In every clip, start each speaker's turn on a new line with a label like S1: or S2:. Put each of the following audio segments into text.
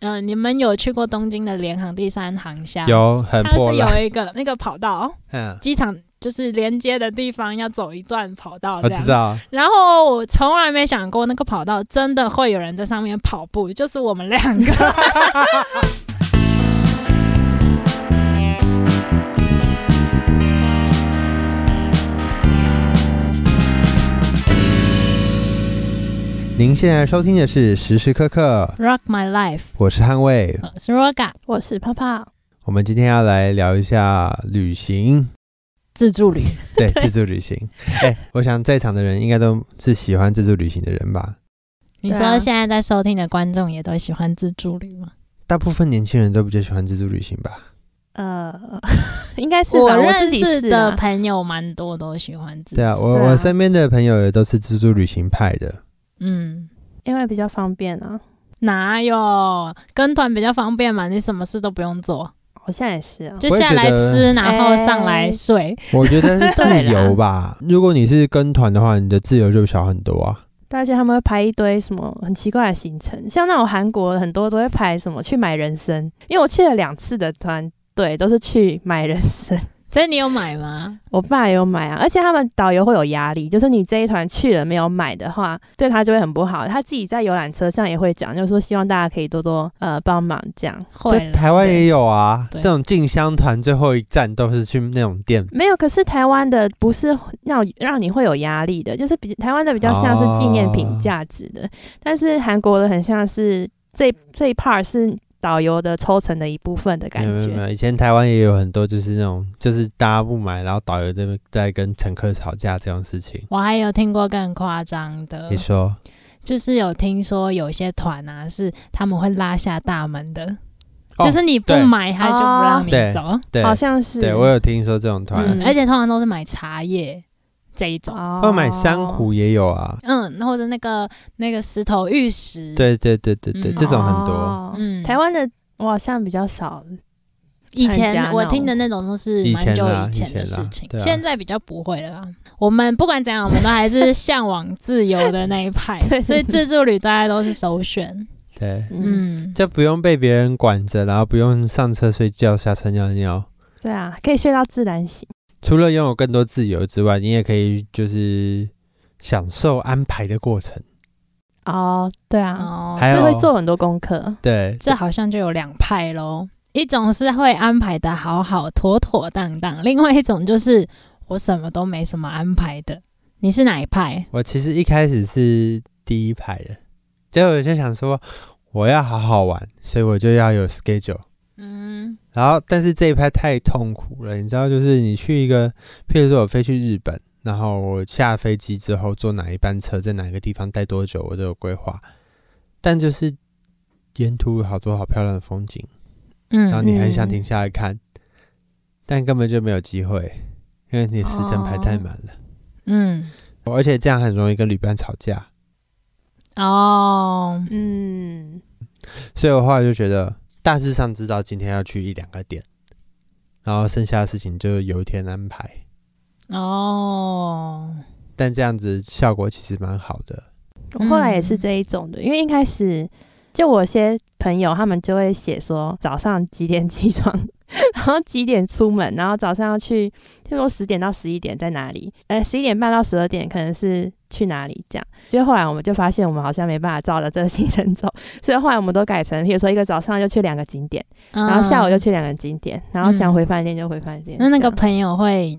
S1: 嗯、你们有去过东京的联航第三航厦？，
S2: 有很
S1: 它
S2: 破
S1: 啊是
S2: 烂，
S1: 有一个那个跑道，
S2: 嗯，
S1: 机场就是连接的地方要走一段跑道
S2: 我
S1: 这样
S2: 知。道，
S1: 然后我从来没想过那个跑道真的会有人在上面跑步，就是我们两个。
S2: 您现在收听的是时时刻刻，
S1: Rock my life，
S2: 我是汉卫。
S1: 我是 Roga，
S3: 我是泡泡，
S2: 我们今天要来聊一下旅行，
S1: 自助旅。
S2: 对，自助旅行。哎、我想在场的人应该都是喜欢自助旅行的人吧？
S1: 你
S3: 对
S1: 说
S3: 啊
S1: 现在在收听的观众也都喜欢自助旅吗？
S2: 大部分年轻人都比较喜欢自助旅行吧？
S3: 呃， 应该是吧
S1: 我
S3: 我
S1: 认
S3: 自己
S1: 识
S3: 是
S1: 的
S3: 啊
S1: 朋友蛮多都喜欢自助。
S2: 对啊，我
S3: 对啊
S2: 我身边的朋友也都是自助旅行派的。
S1: 嗯，
S3: 因为比较方便啊。
S1: 哪有跟团比较方便嘛？你什么事都不用做，
S3: 好像也是啊，
S1: 就
S2: 我也
S1: 下
S2: 觉
S1: 来
S2: 得
S1: 吃，然后上来
S3: 哎
S1: 睡。
S2: 我觉得是自
S3: 对啦
S2: 由吧。如果你是跟团的话，你的自由就小很多啊。
S3: 对，而且他们会排一堆什么很奇怪的行程，像那种韩国很多都会排什么去买人参，因为我去了两次的团队都是去买人参，
S1: 所以你有买吗？
S3: 我爸有买啊，而且他们导游会有压力，就是你这一团去了没有买的话，对他就会很不好。他自己在游览车上也会讲，就是说希望大家可以多多呃帮忙这样。
S1: 会
S2: 在
S1: 啦
S2: 台湾
S1: 对
S2: 也有啊，
S1: 对
S2: 这种进香团最后一站都是去那种店。
S3: 没有，可是台湾的不是让让你会有压力的，就是比台湾的比较像是纪念品价值的，但是韩国的很像是这这一 part 是导游的抽成的一部分的感
S2: 没有没有没
S3: 觉。
S2: 有，以前台湾也有很多就是那种，就是大家不买，然后导游在那边在跟乘客吵架这种事情。
S1: 我还有听过更夸张
S3: 嗯
S1: 的
S2: 你，说
S1: 就是有听说有些团啊是他们会拉下大门的，
S2: 哦
S1: 就是你不
S2: 对
S1: 买他就不让
S2: 对
S1: 你走，
S2: 对
S3: 好像是
S2: 对，我有听说这种团，
S3: 嗯
S1: 而且通常都是买茶叶这一种。
S3: 哦
S2: 或、买珊瑚也有啊。
S1: 嗯，或者那个那个石头玉石，，
S2: 对对对对对，
S1: 嗯
S2: 这种很多。
S3: 哦
S1: 嗯
S3: 台湾的我好像比较少，
S1: 以
S3: 参加
S1: 前
S3: 那
S1: 我
S3: 种
S1: 听的那种都是
S2: 以
S1: 蛮
S2: 前
S1: 久以
S2: 啦以
S1: 前的
S2: 前啦
S1: 事情，
S2: 对啊
S1: 现在比较不会了啦。我们不管怎样，我们都还是向往自由的那一派，
S3: 对
S1: 所以自助旅大家都是首选。
S2: 对，
S3: 嗯，
S1: 嗯，
S2: 就不用被别人管着，然后不用上车睡觉，下车尿尿。
S3: 对啊，可以睡到自然醒。
S2: 除了拥有更多自由之外，你也可以就是享受安排的过程。
S3: 哦，对啊，
S1: 哦，
S2: 还
S3: 就
S2: 有
S3: 会做很多功课。
S2: 对，
S1: 这好像就有两派喽，一种是会安排的好好妥妥当当，另外一种就是我什么都没什么安排的。你是哪一派？
S2: 我其实一开始是第一排的，结果我就想说我要好好玩，所以我就要有 schedule。
S1: 嗯，
S2: 然后，但是这一拍太痛苦了，你知道，就是你去一个，譬如说我飞去日本，然后我下飞机之后坐哪一班车，在哪个地方待多久，我都有规划。但就是沿途有好多好漂亮的风景，
S1: 嗯，
S2: 然后你很想
S3: 嗯
S2: 停下来看，但根本就没有机会，因为你的时程排太满了，
S1: 嗯，
S2: 而且这样很容易跟旅伴吵架。
S1: 哦，
S3: 嗯，
S2: 所以我后来就觉得，大致上知道今天要去一两个点，然后剩下的事情就由天安排。
S1: 哦，
S2: 但这样子效果其实蛮好的。
S3: 我后来也
S1: 嗯
S3: 是这一种的，因为一开始就我有些朋友他们就会写说早上几点起床， 然后几点出门，然后早上要去，就说十点到十一点在哪里，呃，十一点半到十二点可能是去哪里这样。就后来我们就发现我们好像没办法照着这个行程走， 所以后来我们都改成，比如说一个早上就去两个景点，然后下午就去两个景点，然后想回饭店就回饭店。
S1: 嗯那那
S3: 这
S1: 个
S3: 样
S1: 朋友会，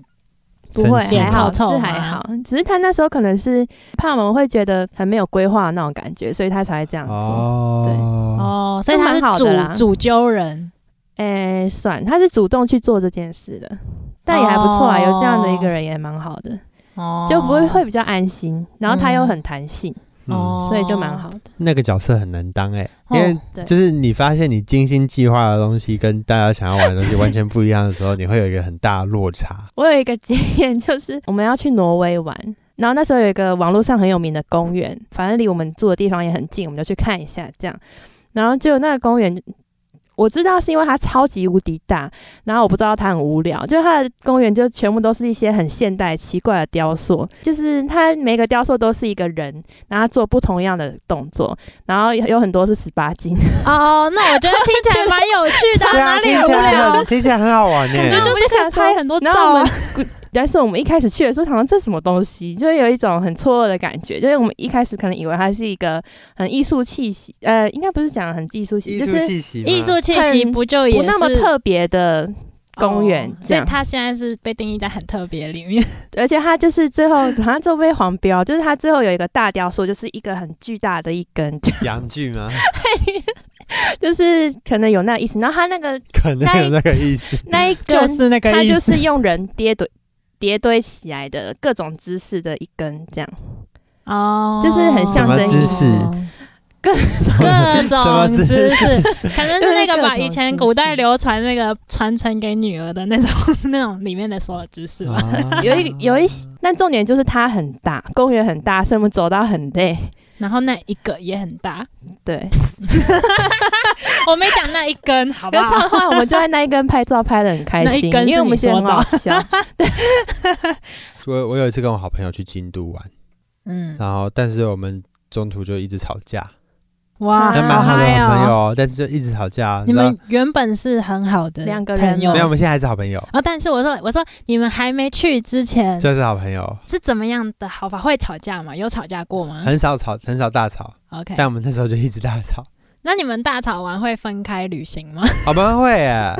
S3: 不会，
S2: 生气
S1: 脸
S3: 还好
S1: 臭臭
S3: 是
S1: 吗
S3: 还好，只是他那时候可能是怕我们会觉得很没有规划那种感觉，所以他才会这样做。对
S2: 哦，
S1: 哦，所以
S3: 那
S1: 他
S3: 蛮
S1: 是
S3: 好的啦
S1: 主主揪人，
S3: 诶、算他是主动去做这件事的，但也还不错啊，
S1: 哦
S3: 有这样的一个人也蛮好的，
S1: 哦，
S3: 就不会会比较安心，然后他又很弹性，
S2: 嗯，
S1: 哦，
S3: 所以就蛮好的。
S2: 那个角色很难当哎、
S1: 哦
S2: 因为
S3: 对，
S2: 就是你发现你精心计划的东西跟大家想要玩的东西完全不一样的时候，你会有一个很大的落差。
S3: 我有一个经验，就是我们要去挪威玩，然后那时候有一个网络上很有名的公园，反正离我们住的地方也很近，我们就去看一下这样。然后就那个公园，我知道是因为它超级无敌大，然后我不知道它很无聊，就它的公园就全部都是一些很现代奇怪的雕塑，就是它每个雕塑都是一个人，然后做不同样的动作，然后有很多是十八禁，
S1: 哦，那我觉得听起来蛮有趣的，
S2: 对
S1: 哪
S2: 啊，
S1: 里
S2: 听
S1: 无
S2: 起来很
S1: 聊
S2: 好？听起来很好玩呢、欸
S1: 感觉就
S3: 我
S1: 是
S3: 就
S1: 可以
S3: 想说
S1: 拍很多
S3: 然后
S1: 照
S3: 我
S1: 啊
S3: 们。但是我们一开始去的时候，好像这是什么东西，就有一种很错愕的感觉。就是我们一开始可能以为它是一个很艺术气息，呃，应该不是讲很艺术
S2: 艺
S3: 气，就
S2: 术
S3: 是
S2: 气息嘛，
S1: 艺术气息
S3: 很
S1: 不就也
S3: 不
S1: 是
S3: 那么特别的公园
S1: 哦
S3: 这
S1: 所以
S3: 样。
S1: 它现在是被定义在很特别里面。
S3: 而且它就是最后，好像就被黄标，就是它最后有一个大雕塑，就是一个很巨大的一根，
S2: 洋剧吗？
S3: 就是可能有那意思。然后它那个
S2: 可能有那个意思。
S3: 那一
S1: 就
S3: 根，
S1: 是那个
S3: 它
S1: 意
S3: 就
S1: 思。
S3: 是用人叠堆叠堆起来的各种姿势的一根这样。
S1: 哦，
S3: 就是很象
S2: 征意义什么
S3: 各
S1: 各
S2: 什么
S1: 种
S2: 姿
S1: 姿
S2: 势
S1: 势，可能是那个吧，
S3: 各种姿势
S1: 以前古代流传那个传承给女儿的那种 那种里面的所有姿势吧。
S2: 啊
S3: 有一有一些，但重点就是它很大，公园很大，所以我们走到很累。
S1: 然后那一个也很大，
S3: 对，
S1: 我没讲那一根，好不
S3: 然后这样
S1: 好？
S3: 的话，我们就在那一根拍照拍的很开
S1: 那一
S3: 心，
S1: 根是
S3: 因为我们觉得很好
S1: 你
S3: 笑。
S2: 我我有一次跟我好朋友去京都玩，
S1: 嗯，
S2: 然后但是我们中途就一直吵架，
S1: 哇，
S2: 但
S3: 还
S2: 蛮好的
S1: 啊嗨
S2: 好朋友
S1: 哦！
S2: 哦，但是就一直吵架。
S1: 你
S2: 知道
S1: 们原本是很好的
S3: 两个人
S1: 朋友，
S3: 吗
S2: 没有？我们现在还是好朋友，
S1: 哦，但是我说我说你们还没去之前
S2: 就是好朋友，
S1: 是怎么样的好法？会吵架吗？有吵架过吗
S2: 很少吵，很少大吵，
S1: 嗯？OK，
S2: 但我们那时候就一直大吵。
S1: 那你们大吵完会分开旅行 吗？
S2: 我们会耶，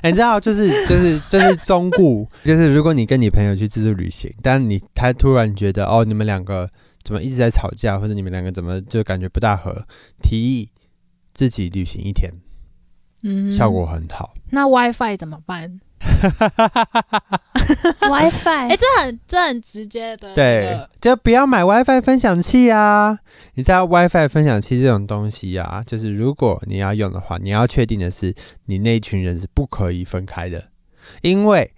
S2: 欸你知道，就是就是就是中顾， 就是如果你跟你朋友去自助旅行，但你他突然觉得哦，你们两个怎么一直在吵架，或者你们两个怎么就感觉不大合，提议自己旅行一天，
S1: 嗯，
S2: 效果很好。
S1: 那 WiFi 怎么办？哎、
S3: WiFi，
S1: 这很这很直接的、
S2: 对，就不要买 WiFi 分享器啊！你知道 WiFi 分享器这种东西啊，就是如果你要用的话，你要确定的是，你那一群人是不可以分开的，因为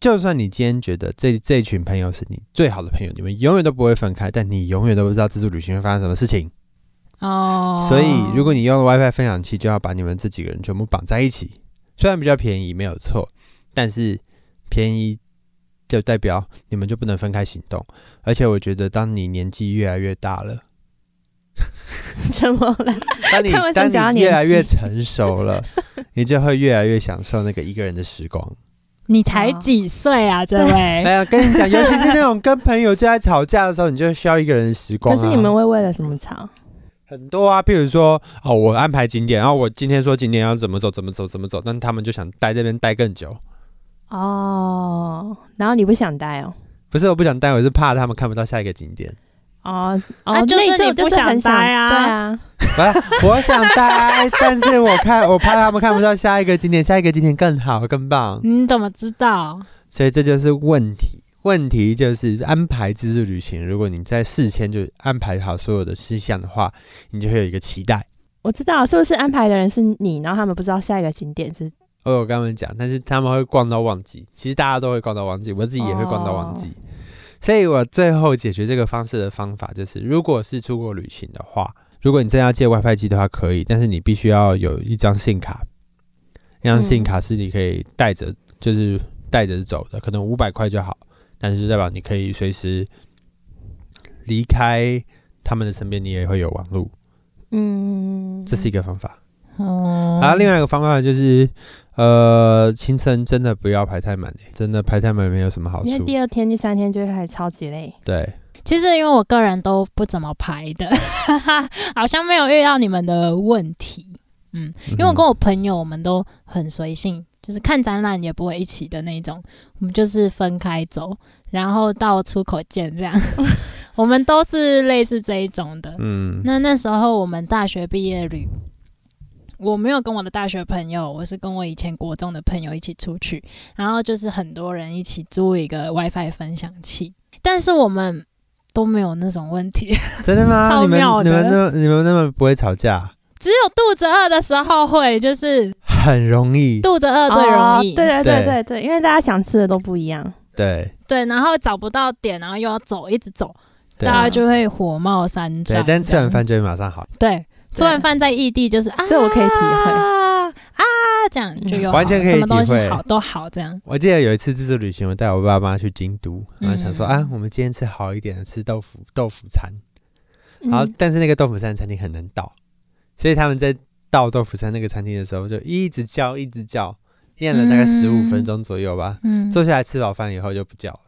S2: 就算你今天觉得这这一群朋友是你最好的朋友，你们永远都不会分开，但你永远都不知道自助旅行会发生什么事情。
S1: 哦，
S2: 所以，如果你用了 WiFi 分享器，就要把你们这几个人全部绑在一起。虽然比较便宜，没有错，但是便宜就代表你们就不能分开行动。而且，我觉得当你年纪越来越大 了，
S3: 怎么了？
S2: 当你
S3: 他们是讲到
S2: 当你
S3: 年纪
S2: 越来越成熟 了，你就会越来越享受那个一个人的时光。
S1: 你才几岁啊，这
S2: 哎
S1: 位？
S2: 呀，跟你讲，尤其是那种跟朋友就在吵架的时候，你就需要一个人的时光、
S3: 可
S2: 啊。
S3: 是你们会为了什么
S1: 哦
S3: 吵？
S2: 很多啊，譬如说，哦，我安排景点，然后我今天说景点要怎么走，怎么走，怎么走，但他们就想待这边待更久。
S3: 哦，然后你不想待哦。
S2: 不是我不想待，我是怕他们看不到下一个景点。
S3: 哦
S1: 啊
S3: 哦，
S1: 就是
S3: 那这
S1: 你
S3: 种
S1: 不
S3: 就是
S1: 想
S3: 很想
S1: 待啊
S3: 对啊，
S2: 不，我想待，但是我看我怕他们看不到下一个景点，下一个景点更好更棒，
S1: 你怎么知道？
S2: 所以这就是问题。问题就是安排自助旅行，如果你在事先就安排好所有的事项的话，你就会有一个期待。
S3: 我知道，是不是安排的人是你，然后他们不知道下一个景点是？
S2: 哦我有跟他们讲，但是他们会逛到忘记。其实大家都会逛到忘记，我自己也会逛到忘记。所以我最后解决这个方式的方法就是，如果是出国旅行的话，如果你真要借 WiFi 机的话可以，但是你必须要有一张信卡，那张信卡是你可以带着，就是带着走的，可能五百块就好，但是就代表你可以随时离开他们的身边，你也会有网络，
S3: 嗯，
S2: 这是一个方法。
S1: 哦
S2: 啊，另外一个方法就是，呃，行程真的不要排太满、欸，真的排太满没有什么好
S3: 因为
S2: 处。
S3: 第二天、第三天就会开始超级累。
S2: 对，
S1: 其实因为我个人都不怎么排的， 好像没有遇到你们的问题。嗯，因为我跟我朋友，我们都很随性，就是看展览也不会一起的那一种，我们就是分开走，然后到出口见这样。 我们都是类似这一种的。
S2: 嗯，
S1: 那那时候我们大学毕业旅，我没有跟我的大学朋友，我是跟我以前国中的朋友一起出去，然后就是很多人一起租一个 WiFi 分享器，但是我们都没有那种问题，
S2: 真的吗？
S1: 超
S2: 你们
S1: 妙
S2: 你
S1: 的
S2: 们那么你们那么不会吵架，
S1: 只有肚子饿的时候会，就是
S2: 很容易。
S1: 肚子饿最容易，
S3: 哦对
S2: 对
S3: 对对对对，因为大家想吃的都不一样。
S2: 对
S1: 对然后找不到点，然后又要走，一直走，
S2: 对啊
S1: 大家就会火冒三
S2: 对
S1: 丈，。
S2: 但吃
S1: 这样
S2: 完饭就会马上好。
S1: 对，吃完饭在异地就是啊，
S3: 这我可以体会
S1: 啊，大奖就有
S2: 嗯
S1: 好
S2: 完全可以
S1: 什么东西
S2: 体会
S1: 好都好这样。
S2: 我记得有一次自助旅行，我带我爸妈去京都，然后想说、
S1: 嗯
S2: 啊，我们今天吃好一点的，吃豆腐豆腐餐。
S3: 嗯
S2: 然后，但是那个豆腐餐餐厅很难到，所以他们在到豆腐餐那个餐厅的时候，就一直叫，一直叫，练了大概十五
S1: 嗯
S2: 分钟左右吧。
S1: 嗯
S2: 坐下来吃饱饭以后就不叫 了，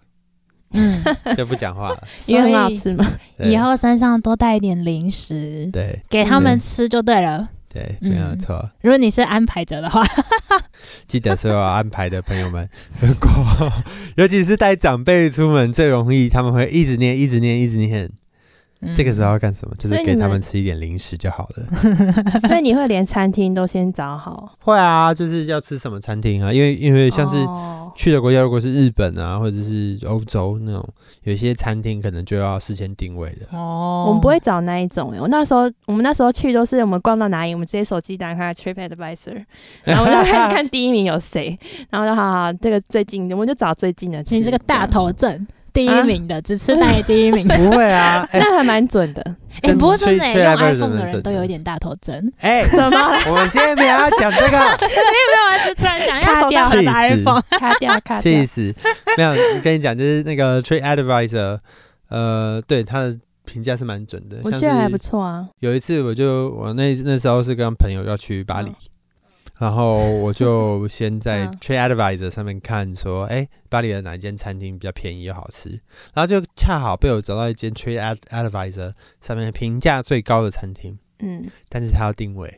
S1: 嗯，
S2: 就不讲话了。
S1: 所
S3: 因为很好
S1: 以
S3: 吃 嘛，
S2: 对
S1: 以后山上多带一点零食
S2: 对
S1: 给他们
S2: 嗯
S1: 吃就对了。
S2: 对，没有
S1: 嗯
S2: 错。
S1: 如果你是安排者的话，
S2: 记得所有安排的朋友们，如 果尤其是带长辈出门，最容易他们会一直念、一直念、一直念。
S1: 嗯
S2: 这个时候要干什么？就是
S3: 所以你
S2: 给他们
S3: 们
S2: 吃一点零食就好了。
S3: 所以你会连餐厅都先找好，
S2: 会啊，就是要吃什么餐厅啊？因为因为像是
S3: 哦
S2: 去的国家，如果是日本啊，或者是欧洲那种，有一些餐厅可能就要事先定位的。
S1: 哦，
S3: 我们不会找那一种、欸。我那时候，我们那时候去都是我们逛到哪里，我们直接手机打 开 TripAdvisor，然后啊我就看看第一名有谁，然后就好好这个最近，我们就找最近的吃。
S1: 你这个大头症第一名的，只
S3: 啊
S1: 吃带第 一名。
S2: 不会啊，
S3: 这
S2: 哎、
S3: 样，那还蛮准 的。
S1: 哎，不过
S2: 所
S1: 真
S2: 以
S1: 的欸，
S2: 所以
S1: 用
S2: iPhone 人
S1: iPhone 的
S2: 很
S1: 人
S2: 准
S1: 都
S2: 的
S1: 有一点大头症。
S2: 哎、
S3: 什么？
S2: 我们今天没有要讲这个，
S1: 对啊，就突然讲一下手上
S2: 气
S1: 拿着 iPhone，
S2: 死，
S3: 卡掉卡
S2: 气
S3: 掉。
S2: 死！没有，跟你讲，就是那个 Trade Advisor，呃，对他的评价是蛮准的。
S3: 我
S2: 像
S3: 觉得还
S2: 是
S3: 不错啊。
S2: 有一次，我就我那那时候是跟朋友要去巴黎，然后我就先在
S3: 嗯
S2: TripAdvisor 上面看说，哎、巴黎的哪一间餐厅比较便宜又好吃，然后就恰好被我找到一间 TripAdvisor 上面评价最高的餐厅，
S3: 嗯，
S2: 但是它要定位，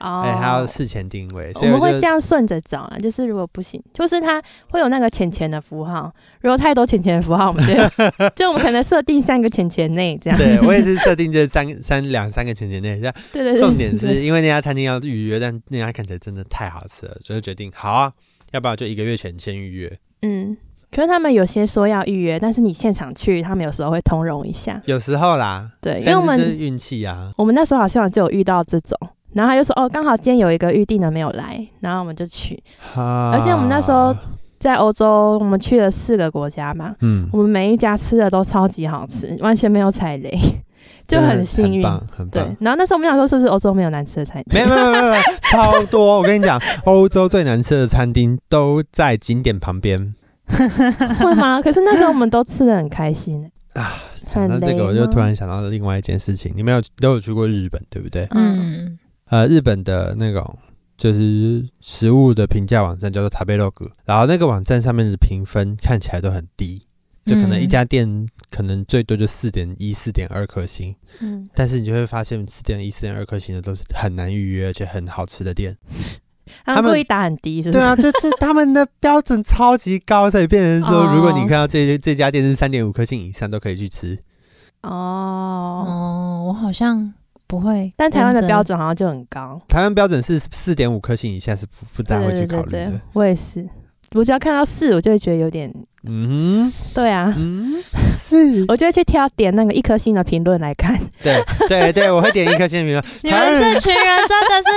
S3: 哦，
S2: 哎、它要事前定位，
S3: 我
S2: 所以
S3: 们
S2: 我
S3: 会
S2: 就
S3: 这样顺着找啊，就是如果不行，就是它会有那个浅浅的符号，如果太多浅浅的符号，我们就 就我们可能设定三个浅浅内这样。
S2: 对我也是设定这三三两三个前前内，这样
S3: 对对对，
S2: 重点
S3: 对
S2: 是因为那家餐厅要预约，但那家看起来真的太好吃了，所以决定好啊，要不然我就一个月前先预约。
S3: 嗯，可是他们有些说要预约，但是你现场去，他们有时候会通融一下。
S2: 有时候啦，
S3: 对，因为
S2: 但
S3: 我
S2: 是就是
S3: 们
S2: 运气啊，
S3: 我们那时候好像就有遇到这种，然后他就说哦，刚好今天有一个预定的没有来，然后我们就去。
S2: 而
S3: 且我们那时候，在欧洲，我们去了四个国家嘛，
S2: 嗯，
S3: 我们每一家吃的都超级好吃，完全没有踩雷， 就
S2: 真的
S3: 很幸运。
S2: 棒，很
S3: 对
S2: 棒。，
S3: 然后那时候我们想说，是不是欧洲没有难吃的餐
S2: 没
S3: 厅？
S2: 有没有没有没有，超多！我跟你讲，欧洲最难吃的餐厅都在景点旁边。
S3: 会吗？可是那时候我们都吃的很开心。
S2: 想啊到
S3: 很
S2: 这
S3: 雷
S2: 个，我就
S3: 吗
S2: 突然想到另外一件事情，你们有都有去过日本对不对？
S3: 嗯，
S1: 嗯，
S2: 呃，日本的那种就是食物的评价网站叫做 Tabelog，然后那个网站上面的评分看起来都很低，就可能一家店可能最多就四点一、四点二颗星，
S3: 嗯，
S2: 但是你就会发现四点一、四点二颗星的都是很难预约而且很好吃的店。
S3: 他
S2: 他们
S3: 们故意打很低，是不
S2: 对
S3: 是？
S2: 啊，就就他们的标准超级高，所以变成说，
S3: 哦
S2: 如果你看到这这家店是三点五颗星以上，都可以去吃。
S3: 哦，
S1: 哦，我好像不会，
S3: 但台湾的标，准好像就很高。
S2: 台湾标准是四点五颗星以下是不不大会去考虑
S3: 对对对
S2: 的
S3: 对。我也是，我只要看到四，我就会觉得有 点，
S2: 嗯哼，
S3: 对啊，
S2: 嗯，是，
S3: 我就会去挑点那个一颗星的评论来看。
S2: 对对对，我会点一颗星 评论。
S1: 你
S2: 台湾
S1: 们
S2: 人
S1: 这群人真的是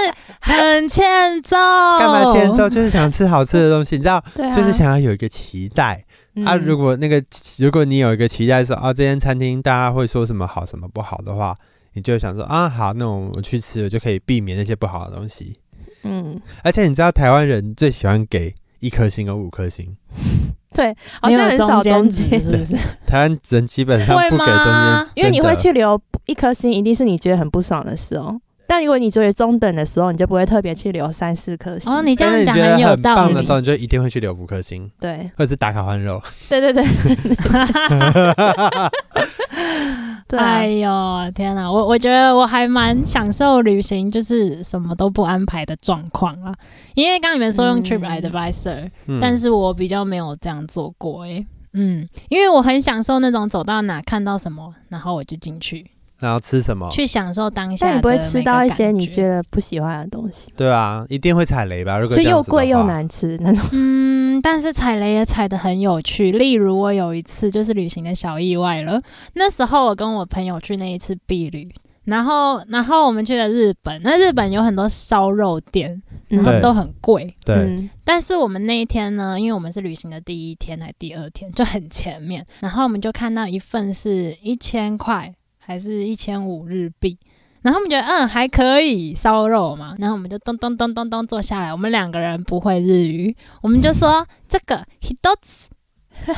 S1: 很欠揍，干
S2: 干嘛欠揍？就是想吃好吃的东西，你知道，
S3: 对啊，
S2: 就是想要有一个期待。
S3: 嗯
S2: 啊，如果那个如果你有一个期待说啊，这间餐厅大家会说什么好什么不好的话，你就会想说啊，好，那我我去吃，我就可以避免那些不好的东西。
S3: 嗯，
S2: 而且你知道台湾人最喜欢给一颗星跟五颗星，
S3: 对，好
S1: 没
S3: 像
S1: 有
S3: 很少
S1: 间
S3: 中
S1: 值
S3: 间，
S1: 是不是？
S2: 台湾人基本上
S1: 会
S2: 不给中
S1: 吗
S2: 间，
S3: 因为你会
S2: 真的
S3: 去留一颗星，一定是你觉得很不爽的时候。但如果你觉得中等的时候，你就不会特别去留三四颗星。
S1: 哦，你这
S2: 但
S1: 样
S2: 是你
S1: 讲
S2: 觉得
S1: 有
S2: 很
S1: 道
S2: 棒
S1: 理
S2: 的时。候，你就一定会去留五颗星，
S3: 对
S2: 或者是打卡换 肉。
S3: 对对对 对啊
S1: 哎，呦天哪，我我觉得我还蛮享受旅行，就是什么都不安排的状况啦。因为刚刚你们说用
S3: 嗯
S1: Trip Advisor，、
S2: 嗯
S1: 但是我比较没有这样做过诶、嗯，因为我很享受那种走到哪看到什么，然后我就进去，
S2: 然后吃什么？
S1: 去享受当下
S3: 但
S1: 的
S3: 你
S1: 每个
S3: 不会
S1: 感觉。
S3: 吃到一些你觉得不喜欢的东西，
S2: 对啊，一定会踩雷吧？如果
S3: 就
S2: 这样
S3: 又
S2: 子的话
S3: 贵又，难吃那种。
S1: 嗯，但是踩雷也踩得很有趣。例如，我有一次就是旅行的小意外了。那时候我跟我朋友去那一次避旅，然后然后我们去了日本。那日本有很多烧肉店，然后
S2: 对
S1: 都很贵。
S2: 对，
S3: 嗯
S1: 但是我们那一天呢，因为我们是旅行的第一天还第二天，就很前面，然后我们就看到一份是一千块还是一千五日币，然后他们觉得嗯还可以烧肉嘛，然后我们就咚咚咚咚咚坐下来，我们两个人不会日语，我们就说这个 hidots，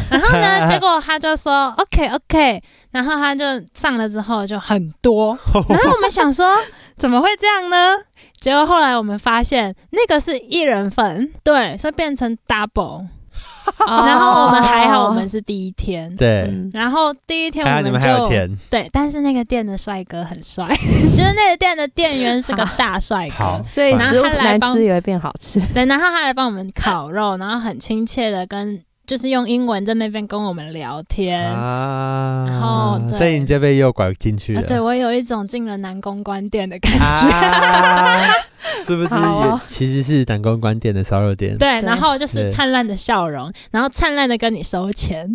S1: 然 后呢，结果他就说 OK OK，然后他就上了之后就很多，然后我们想说怎么会这样呢？结果后来我们发现那个是一人份，对，所以变成 double，然后我们还好我们是第一天。
S2: 对，
S3: 嗯
S1: 然后第一天
S2: 还
S1: 我
S2: 有你
S1: 们
S2: 们
S1: 就
S2: 还有钱，
S1: 对，但是那个店的帅哥很帅， 就是那个店的店员是个大帅
S2: 好
S1: 哥，
S3: 所以
S1: 然后
S3: 食物
S1: 他来
S3: 难
S1: 帮
S3: 吃也会变好吃。
S1: 对，然后他来帮我们烤肉，然后很亲切的跟，就是用英文在那边跟我们聊天。啊
S2: 啊，
S1: 然后对啊
S2: 所以你就被诱拐进去了。
S1: 对我有一种进了南宫关店的感觉，
S2: 啊，是不是
S3: 好
S2: 也
S3: 哦
S2: 其实是南宫关店的烧肉 店？
S1: 对，然后就
S2: 对
S1: 是灿烂的笑容，然后灿烂的跟你收钱，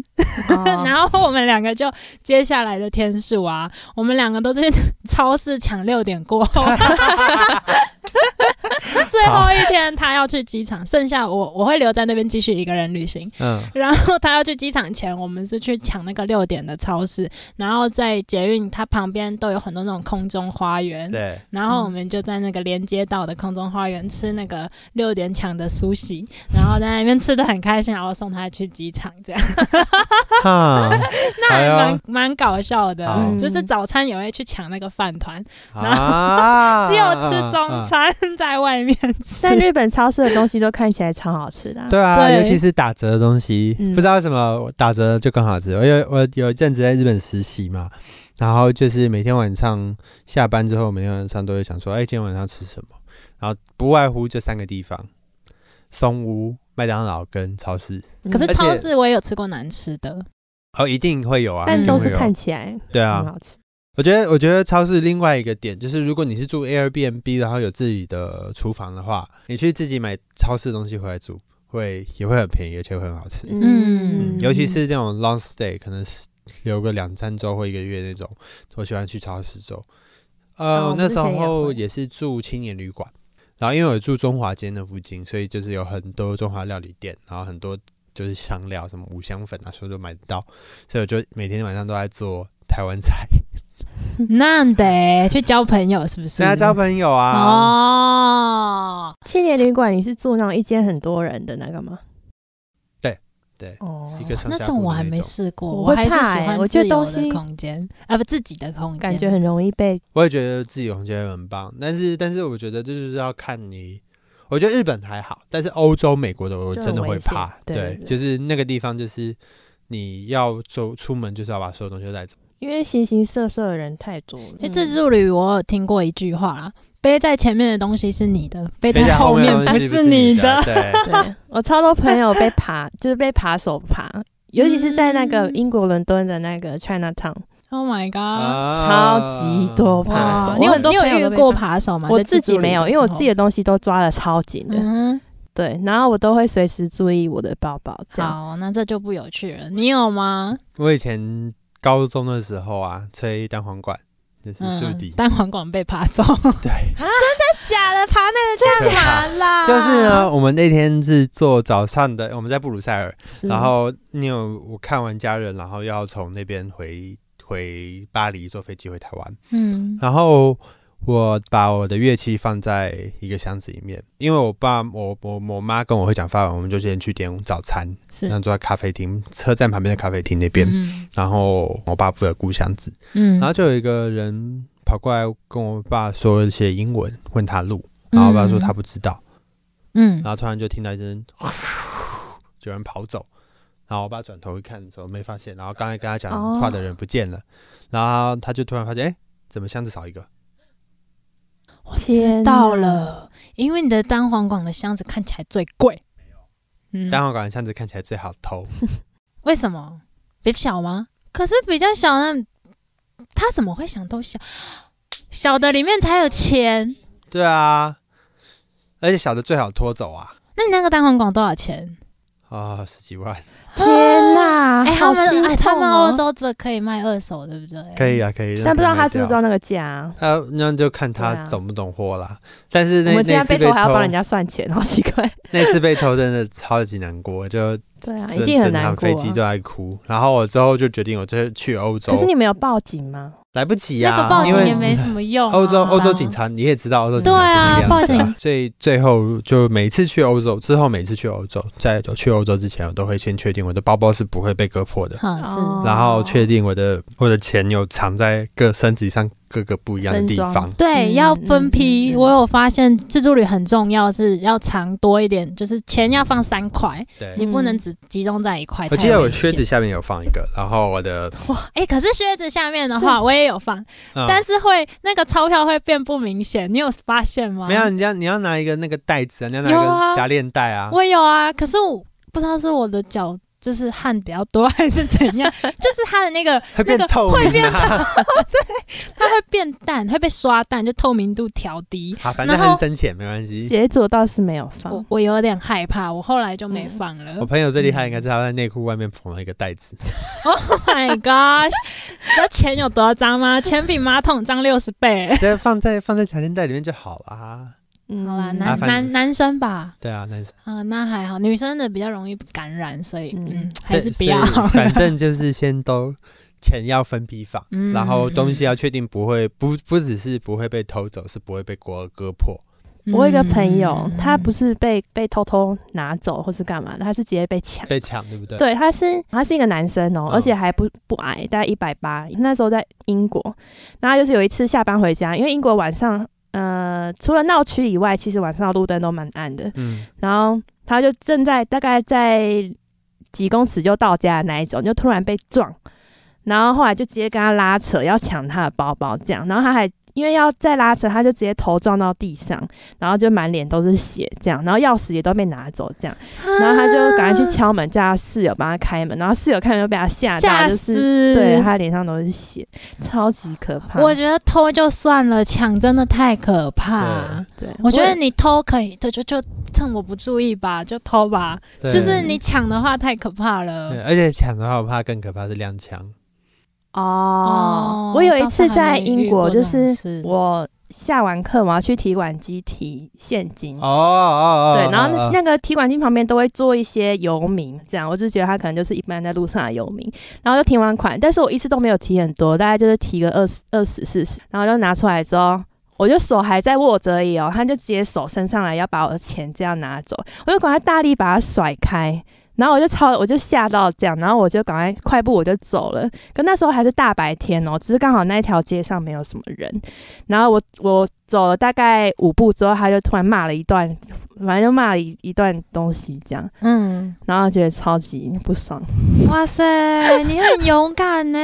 S3: 然
S1: 然后我们两个就接下来的天数啊， 我们两个都是超市抢六点过后， 最后一天他要去机场，剩下我我会留在那边继续一个人旅行。
S2: 嗯，
S1: 然后他要去机场前，我们是去抢那个六点的超市，然后在捷运它旁边都有很多那种空中花园，
S2: 对，
S1: 然后我们就在那个连接道的空中花园吃那个六点抢的苏西，然后在那边吃的很开心，然后送他去机场这样。
S2: 哈，
S1: 那
S2: 哎
S1: 还
S2: 呦
S1: 蛮蛮、搞笑的
S2: 好，
S1: 就是早餐也会去抢那个饭团，
S2: 啊，嗯
S1: 只有吃中餐在外面吃
S3: 在。日本超市的东西都看起来超好吃的啊、
S2: 对啊，
S1: 对
S2: 尤其是打折的东西，
S3: 嗯
S2: 不知道为什么打折就更好吃。我有我有一阵子在日本实习嘛，然后就是每天晚上下班之后，每天晚上都会想说，哎、今天晚上吃什么？然后不外乎这三个地方：松屋、麦当劳跟超市。
S3: 嗯
S1: 可是
S2: 而且
S1: 超市我也有吃过难吃的，
S2: 哦，一定会有啊，
S3: 但
S2: 一定
S3: 都
S2: 会
S3: 是
S2: 有
S3: 看起来
S2: 对啊
S3: 很，好吃。
S2: 我觉得，我觉得超市另外一个点就是，如果你是住 Airbnb，然后有自己的厨房的话，你去自己买超市的东西回来煮，会也会很便宜，而且会很好吃。
S1: 嗯
S2: 嗯，尤其是那种 long stay，可能是留个两三周或一个月那种，我喜欢去超市周。呃，
S3: 哦
S2: 我那时
S3: 我们之前也
S2: 候
S3: 会
S1: 啊
S2: 也是住青年旅馆，然后因为我住中华街那附近，所以就是有很多中华料理店，然后很多就是香料，什么五香粉啊，什么都买得到，所以我就每天晚上都在做台湾菜，
S1: 那得去交朋友是不是？
S2: 大家交朋友啊。
S1: 哦，
S3: 青年旅馆，你是住那种一间很多人的那个吗？
S2: 对对
S3: 哦
S2: 一，个上
S1: 那
S2: 下
S1: 种
S2: 铺
S1: 我
S2: 的
S1: 还
S2: 那
S1: 没
S2: 种
S1: 试过，
S3: 我
S1: 我
S3: 会
S1: 还是喜
S3: 怕欸
S1: 欢
S3: 我觉
S1: 自
S3: 得
S1: 由
S3: 东西
S1: 的空间啊，不自己的空间，
S3: 感觉很容易被
S2: 我也觉得自己空间很棒，但是但是我觉得这就是要看你。我觉得日本还好，但是欧洲、美国的我
S3: 就
S2: 真的
S3: 很
S2: 会
S3: 危险
S2: 怕。
S3: 对对对
S2: 就是那个地方，就是你要走出门，就是要把所有东西都带走。
S3: 因为形形色色的人太多了。
S1: 就自助旅，我有听过一句话啦，背在前面的东西是你的，背
S2: 背
S1: 在
S2: 在
S1: 后
S2: 面的
S1: 不
S2: 东西不
S1: 是
S2: 是
S1: 你
S2: 的，
S1: 的。
S2: 对
S3: 嗯对我超多朋友 被扒，就是被扒手扒，尤其是在那个
S1: 嗯
S3: 英国伦敦的那个 China Town，
S1: Oh my god！
S2: 啊
S3: 超级多扒
S1: 哇
S3: 手。
S1: 你
S3: 我
S1: 有
S3: 很多
S1: 你有
S3: 朋友
S1: 遇
S3: 都被
S1: 过
S3: 扒？
S1: 扒手吗？
S3: 我
S1: 在
S3: 自己
S1: 助旅
S3: 没有，
S1: 的
S3: 因为我
S1: 时候
S3: 自己的东西都抓的超紧的。
S1: 嗯，
S3: 对，然后我都会随时注意我的包包。这样，
S1: 好，那这就不有趣了。你有吗？
S2: 我以前高中的时候啊，吹单簧管就是竖笛，
S3: 嗯
S1: 单簧管被爬走，真的
S2: 对，
S1: 假的？爬那个
S2: 真
S1: 干
S2: 的
S1: 嘛
S3: 啊
S1: 啦？
S2: 就是呢，我们那天是做早上的，我们在布鲁塞尔，
S1: 嗯
S3: 是
S2: 然后你有我看完家人，然后要从那边回回巴黎坐飞机回台湾，
S1: 嗯，
S2: 然后我把我的乐器放在一个箱子里面，因为我爸我我我妈跟我会讲法文，我们就先去点早餐，
S1: 是
S2: 然后坐在咖啡厅车站旁边的咖啡厅那边，
S1: 嗯
S2: 然后我爸负责顾箱子，
S1: 嗯，
S2: 然后就有一个人跑过来跟我爸说一些英文，问他路，然后我爸说他不知道。
S1: 嗯
S2: 然后突然就听到一声，有人跑走，然后我爸转头一看的时候没发现，然后刚才跟他讲话的人不见了，然后他就突然发现，哎、怎么箱子少一个？
S1: 我知道了，因为你的单簧管的箱子看起来最贵。嗯，
S2: 单簧管的箱子看起来最好偷，
S1: 为什么？比较小吗？可是比较小呢，他怎么会想都小？小的里面才有钱。
S2: 对啊，而且小的最好拖走啊，
S1: 那你那个单簧管多少钱？
S2: 啊、十几万，
S3: 嗯天哪，
S1: 哎、他
S3: 好心
S1: 们哎、他
S3: 痛
S1: 们
S3: 哦
S1: 欧洲这可以卖二手，对不对？
S2: 可以啊，可以，
S3: 但不知道他是
S2: 是
S3: 不是装那个价啊。
S2: 他那就看
S3: 对
S2: 他
S3: 啊
S2: 懂不懂货啦。但是
S3: 我
S2: 那
S3: 们竟
S2: 那
S3: 然
S2: 次
S3: 被
S2: 被
S3: 偷还要帮人
S2: 偷，
S3: 家算钱，好奇怪。
S2: 那次被偷真的超级难过，就
S3: 对啊，
S2: 整
S3: 一定很
S2: 整
S3: 难
S2: 趟
S3: 过、
S2: 飞机
S3: 啊。
S2: 都在哭。然后我之后就决定，我这去欧洲
S3: 可，是你们有报警吗？
S2: 来不及
S1: 那
S2: 呀、
S1: 个报
S2: 因
S1: 警
S2: 为嗯
S1: 也没什么用啊、
S2: 欧洲欧洲警
S1: 警
S2: 察你也知道，欧洲警察
S1: 对啊
S2: 就那个样子
S1: 报警
S2: 所以最后就每次去欧洲之后，每次去欧洲，在我去欧洲之前，我都会先确定我的包包是不会被割破的，
S1: 好嗯是、
S3: 哦
S2: 然后确定我的我的钱有藏在各身体上各个不一样的地
S3: 分
S2: 方
S3: 装。
S1: 对，
S3: 嗯
S1: 要
S3: 嗯
S1: 分批。
S3: 嗯嗯
S1: 我有发现自助旅很重要，是要藏多一点，就是钱要放三块，
S2: 对，
S1: 你不能
S3: 嗯
S1: 只集中在一块。
S2: 我
S1: 太
S2: 记得
S1: 危
S2: 我靴
S1: 险
S2: 子，下面有放一个，然后我的，
S1: 哎、可是靴子下面的话我也有放，
S2: 嗯
S1: 但是会那个钞票会变不明显，你有发现吗？
S2: 没有，，啊你要你要拿一个那个袋子啊，你要拿一
S1: 有啊
S2: 个夹链袋啊。
S1: 我有啊，可是我不知道是我的脚。就是汗比较多还是怎样， 就是它的那个
S2: 会变
S1: 那个
S2: 透明、啊，
S1: 会 变透，它会变淡，会被刷淡，就透明度调低。
S2: 好，反正
S1: 然后
S2: 很深浅，没关系。
S3: 鞋子我倒是没有放，
S1: 我我有点害怕，我后来就没放了。
S2: 我 朋友最厉
S1: 嗯
S2: 害应该是他在内裤外面缝了一个袋子，
S1: Oh my gosh！这 钱有多脏吗？钱比马桶脏六十倍。
S2: 直接放在放在夹链袋里面就好啦。
S3: 嗯
S1: 好啦，
S2: 麻
S1: 男
S2: 烦
S1: 男男生吧，
S2: 对啊，男生
S1: 啊、那还好，女生的比较容易感染，所以
S3: 嗯
S1: 嗯，还是
S2: 所
S1: 不
S2: 以
S1: 要。
S2: 反正就是先都钱要分批放，
S1: 嗯
S2: 然后东西要啊确定不会不不只是不会被偷走，是不会被割割破。
S1: 嗯
S3: 我有一个朋友，他不
S1: 是
S3: 是被被偷偷拿走或是干嘛的，他是直接被抢。
S2: 被抢，对不对？
S3: 对，他是他是一个男生哦、
S2: 嗯
S3: 而且还不不矮，大概一百八。那时候在英国，然后就是有一次下班回家，因为英国晚上，呃，除了闹区以外，其实晚上的路灯都蛮暗的。
S2: 嗯，
S3: 然后他就正在大概在几公尺就到家的那一种，就突然被撞，然后后来就直接跟他拉扯，要抢他的包包这样，然后他还因为要再拉扯，他就直接头撞到地上，然后就满脸都是血这样，然后钥匙也都被拿走这样，然后他
S1: 啊
S3: 就赶快去敲门，叫他室友帮他开门，然后室友看就被他吓到，
S1: 吓
S3: 就是
S1: 死。
S3: 对他脸上都是血，超级可怕。
S1: 我觉得偷就算了，抢真的太可怕。
S3: 对，
S1: 我觉得你偷可以，就就就趁我不注意吧，就偷吧。
S2: 对
S1: 就是你抢的话太可怕了
S2: 对，。而且抢的话，我怕更可怕是踉跄。
S3: 哦，我有一次在英国，就是
S1: 我
S3: 我下完课，我要去提款机提现金。
S2: 哦哦哦，
S3: 对，然后那
S2: 哦
S3: 那个提款机旁边都会做一些游民，这样我就觉得他可能就是一般在路上的游民，然后就提完款，但是我一次都没有提很多，大概就是提个二十二十四十，然后就拿出来之后，我就手还在握着而已哦，他就直接手伸上来要把我的钱这样拿走，我就赶快大力把它甩开，然后我就超我就吓到这样，然后我就赶快快步我就走了，可那时候还是大白天哦，只是刚好那一条街上没有什么人。然后我我走了大概五步之后，他就突然骂了一段，反正就骂了一一段东西这样，
S1: 嗯，
S3: 然后觉得超级不爽，
S1: 哇 塞，你很勇敢呢！